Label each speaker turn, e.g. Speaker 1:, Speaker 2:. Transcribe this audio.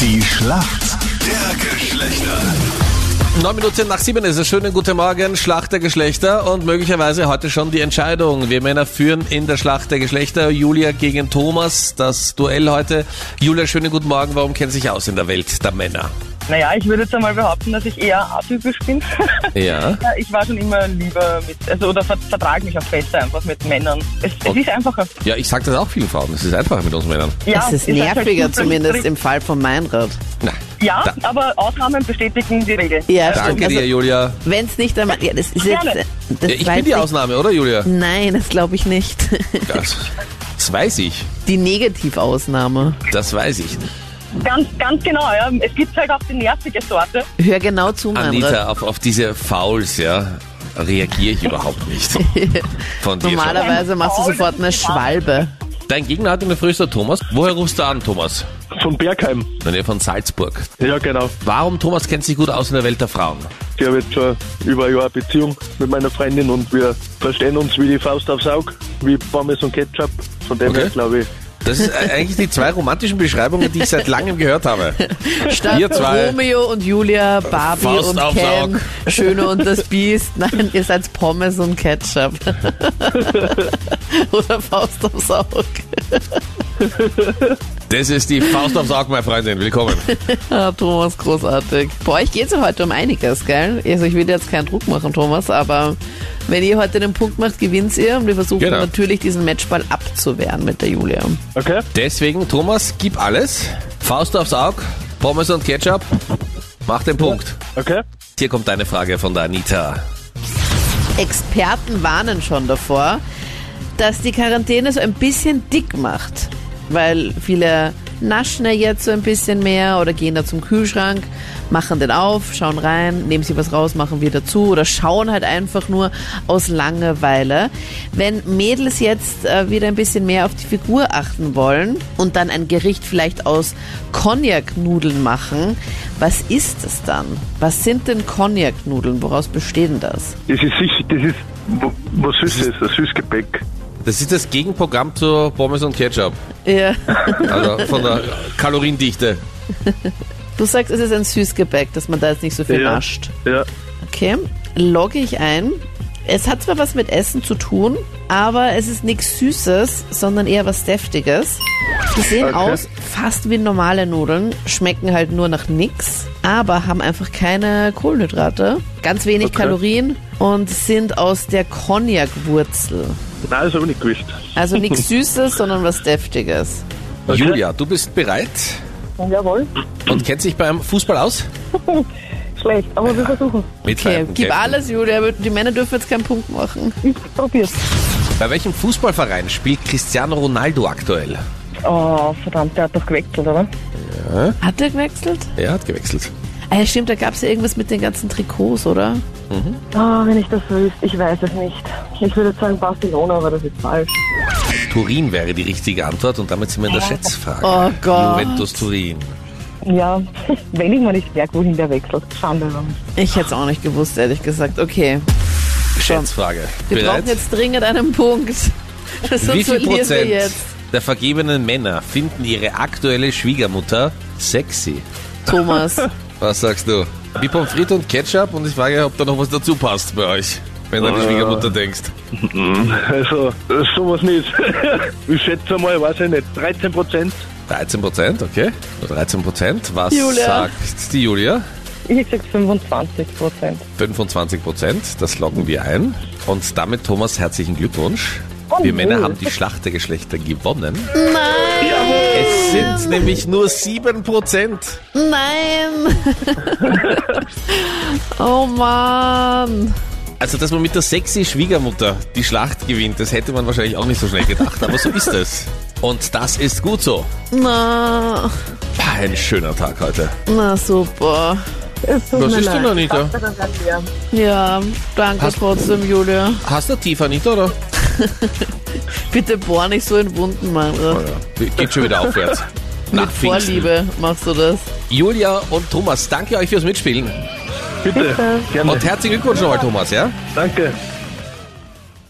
Speaker 1: Die Schlacht der Geschlechter.
Speaker 2: 9 Minuten nach 7 ist es. Schönen guten Morgen, Schlacht der Geschlechter und möglicherweise heute schon die Entscheidung. Wir Männer führen in der Schlacht der Geschlechter. Julia gegen Thomas, das Duell heute. Julia, schönen guten Morgen. Warum kennt sich aus in der Welt der Männer?
Speaker 3: Naja, ich würde jetzt einmal behaupten, dass ich eher atypisch bin.
Speaker 2: Ja.
Speaker 3: Ja, ich war schon immer lieber mit, also oder ver vertrage mich auch besser einfach mit Männern. Es, es ist einfacher.
Speaker 2: Ja, ich sag das auch vielen Frauen. Es ist einfacher mit uns Männern.
Speaker 3: Ja,
Speaker 4: es ist
Speaker 3: ihr seid halt
Speaker 4: nerviger,
Speaker 3: gut,
Speaker 4: zumindest
Speaker 3: richtig-
Speaker 4: im Fall von Meinrad.
Speaker 2: Nein.
Speaker 3: Ja,
Speaker 2: Da-
Speaker 3: aber Ausnahmen bestätigen die Regel.
Speaker 4: Ja, stimmt.
Speaker 2: Danke
Speaker 4: Also,
Speaker 2: dir, Julia.
Speaker 4: Wenn es nicht einmal. Ja, das ist jetzt,
Speaker 3: Gerne.
Speaker 4: das
Speaker 2: Ja, ich
Speaker 4: weiß
Speaker 2: bin die
Speaker 4: ich-
Speaker 2: Ausnahme, oder, Julia?
Speaker 4: Nein, das glaube ich nicht.
Speaker 2: Das, das weiß ich.
Speaker 4: Die Negativausnahme.
Speaker 2: Das weiß ich.
Speaker 3: Ganz, ganz genau, ja. Es gibt halt auch die nervige Sorte.
Speaker 4: Hör genau zu, Meinrad.
Speaker 2: Anita, auf, auf diese Fouls, ja, reagiere ich überhaupt nicht. Von dir. schon.
Speaker 4: Normalerweise machst du sofort eine Schwalbe.
Speaker 2: Dein Gegner hat in der Früh ist der Thomas. Woher rufst du an, Thomas?
Speaker 5: Von Bergheim.
Speaker 2: In der Nähe von Salzburg.
Speaker 5: Ja, genau.
Speaker 2: Warum, Thomas, kennt sich gut aus in der Welt der Frauen?
Speaker 5: Ich habe jetzt schon über ein Jahr eine Beziehung mit meiner Freundin und wir verstehen uns wie die Faust aufs Auge, wie Pommes und Ketchup. Von dem
Speaker 2: Okay.
Speaker 5: her glaube ich.
Speaker 2: Das ist äh, eigentlich die zwei romantischen Beschreibungen, die ich seit langem gehört habe.
Speaker 4: Statt
Speaker 2: Ihr zwei.
Speaker 4: Romeo und Julia, Barbie
Speaker 2: Faust
Speaker 4: und
Speaker 2: aufs
Speaker 4: Ken,
Speaker 2: Auge.
Speaker 4: Schöne und das Biest. Nein, ihr seid Pommes und Ketchup. Oder Faust aufs Auge.
Speaker 2: Das ist die Faust aufs Auge, meine Freundin. Willkommen.
Speaker 4: Ah, Thomas, großartig. Bei euch geht es ja heute um einiges, gell? Also ich will jetzt keinen Druck machen, Thomas, aber wenn ihr heute den Punkt macht, gewinnt ihr und wir versuchen
Speaker 2: Genau.
Speaker 4: natürlich diesen Matchball abzuwehren mit der Julia.
Speaker 5: Okay?
Speaker 2: Deswegen, Thomas, gib alles. Faust aufs Auge, Pommes und Ketchup. Mach den Punkt.
Speaker 5: Okay?
Speaker 2: Hier kommt deine Frage von der Anita.
Speaker 4: Experten warnen schon davor, dass die Quarantäne so ein bisschen dick macht, weil viele naschen ja jetzt so ein bisschen mehr oder gehen da zum Kühlschrank, machen den auf, schauen rein, nehmen sich was raus, machen wieder zu oder schauen halt einfach nur aus Langeweile. Wenn Mädels jetzt äh, wieder ein bisschen mehr auf die Figur achten wollen und dann ein Gericht vielleicht aus Cognac-Nudeln machen, was ist es dann? Was sind denn Cognac-Nudeln? Woraus bestehen das?
Speaker 5: Das ist sicher, das ist wa- was Süßes, ein Süßgebäck.
Speaker 2: Das ist das Gegenprogramm zu Pommes und Ketchup.
Speaker 4: Ja.
Speaker 2: Also von der Kaloriendichte.
Speaker 4: Du sagst, es ist ein Süßgebäck, dass man da jetzt nicht so viel
Speaker 5: Ja.
Speaker 4: nascht.
Speaker 5: Ja.
Speaker 4: Okay, logge ich ein. Es hat zwar was mit Essen zu tun, aber es ist nichts Süßes, sondern eher was Deftiges. Die sehen
Speaker 5: Okay.
Speaker 4: aus fast wie normale Nudeln, schmecken halt nur nach nix, aber haben einfach keine Kohlenhydrate, ganz wenig
Speaker 5: Okay.
Speaker 4: Kalorien und sind aus der Cognac-Wurzel.
Speaker 5: Nein, das habe ich nicht gewusst.
Speaker 4: Also nichts Süßes, sondern was Deftiges.
Speaker 5: Okay.
Speaker 2: Julia, du bist bereit
Speaker 3: Jawohl.
Speaker 2: und kennst dich beim Fußball aus?
Speaker 3: Schlecht, aber wir versuchen.
Speaker 4: Okay,
Speaker 2: Mitleiden,
Speaker 4: gib
Speaker 2: Captain.
Speaker 4: alles, Julia. Die Männer dürfen jetzt keinen Punkt machen.
Speaker 3: Ich probier's.
Speaker 2: Bei welchem Fußballverein spielt Cristiano Ronaldo aktuell?
Speaker 3: Oh, verdammt, der hat doch gewechselt, oder?
Speaker 4: Hat er gewechselt?
Speaker 2: Er hat gewechselt.
Speaker 4: Ah ja, stimmt, da gab es ja irgendwas mit den ganzen Trikots, oder?
Speaker 3: Oh, wenn ich das wüsste, ich weiß es nicht. Ich würde jetzt sagen Barcelona, aber das ist falsch.
Speaker 2: Turin wäre die richtige Antwort und damit sind wir in der Schätzfrage.
Speaker 4: Oh Gott.
Speaker 2: Juventus Turin.
Speaker 3: Ja, wenn ich mal nicht merke, wohin der wechselt. Schande. über mich.
Speaker 4: Ich hätte es auch nicht gewusst, ehrlich gesagt. Okay,
Speaker 2: Schätzfrage.
Speaker 4: wir brauchen jetzt dringend einen Punkt. Sonst
Speaker 2: Wie viel
Speaker 4: verlieren wir
Speaker 2: Prozent
Speaker 4: jetzt.
Speaker 2: der vergebenen Männer finden ihre aktuelle Schwiegermutter sexy?
Speaker 4: Thomas,
Speaker 2: Was sagst du? Wie Pommes frites und Ketchup und ich frage, ob da noch was dazu passt bei euch, wenn du an die Schwiegermutter denkst.
Speaker 5: Also, das ist sowas nicht. ich schätze mal, weiß ich nicht, 13 Prozent.
Speaker 2: 13 Prozent, okay. 13 Prozent. Was
Speaker 4: Julia.
Speaker 2: sagt die Julia?
Speaker 3: Ich hätte gesagt 25 Prozent.
Speaker 2: 25 Prozent, das loggen wir ein. Und damit, Thomas, herzlichen Glückwunsch.
Speaker 3: Oh,
Speaker 2: wir Männer
Speaker 3: nö.
Speaker 2: haben die Schlacht der Geschlechter gewonnen. Nein! Es sind nämlich nur 7 Prozent.
Speaker 4: nein! oh Mann!
Speaker 2: Also, dass man mit der sexy Schwiegermutter die Schlacht gewinnt, das hätte man wahrscheinlich auch nicht so schnell gedacht, aber so ist es. Und das ist gut so.
Speaker 4: Na,
Speaker 2: Pah, Ein schöner Tag heute.
Speaker 4: na super.
Speaker 2: Was ist denn, Anita?
Speaker 4: Ja, danke trotzdem, Julia.
Speaker 2: Hast du tief, Anita, oder?
Speaker 4: Bitte bohr nicht so in Wunden, Mann.
Speaker 2: Geht schon wieder aufwärts. Nach
Speaker 4: Mit Vorliebe machst du das.
Speaker 2: Julia und Thomas, danke euch fürs Mitspielen.
Speaker 5: Bitte. Gerne.
Speaker 2: Und herzlichen Glückwunsch nochmal, Thomas, ja?
Speaker 5: Danke.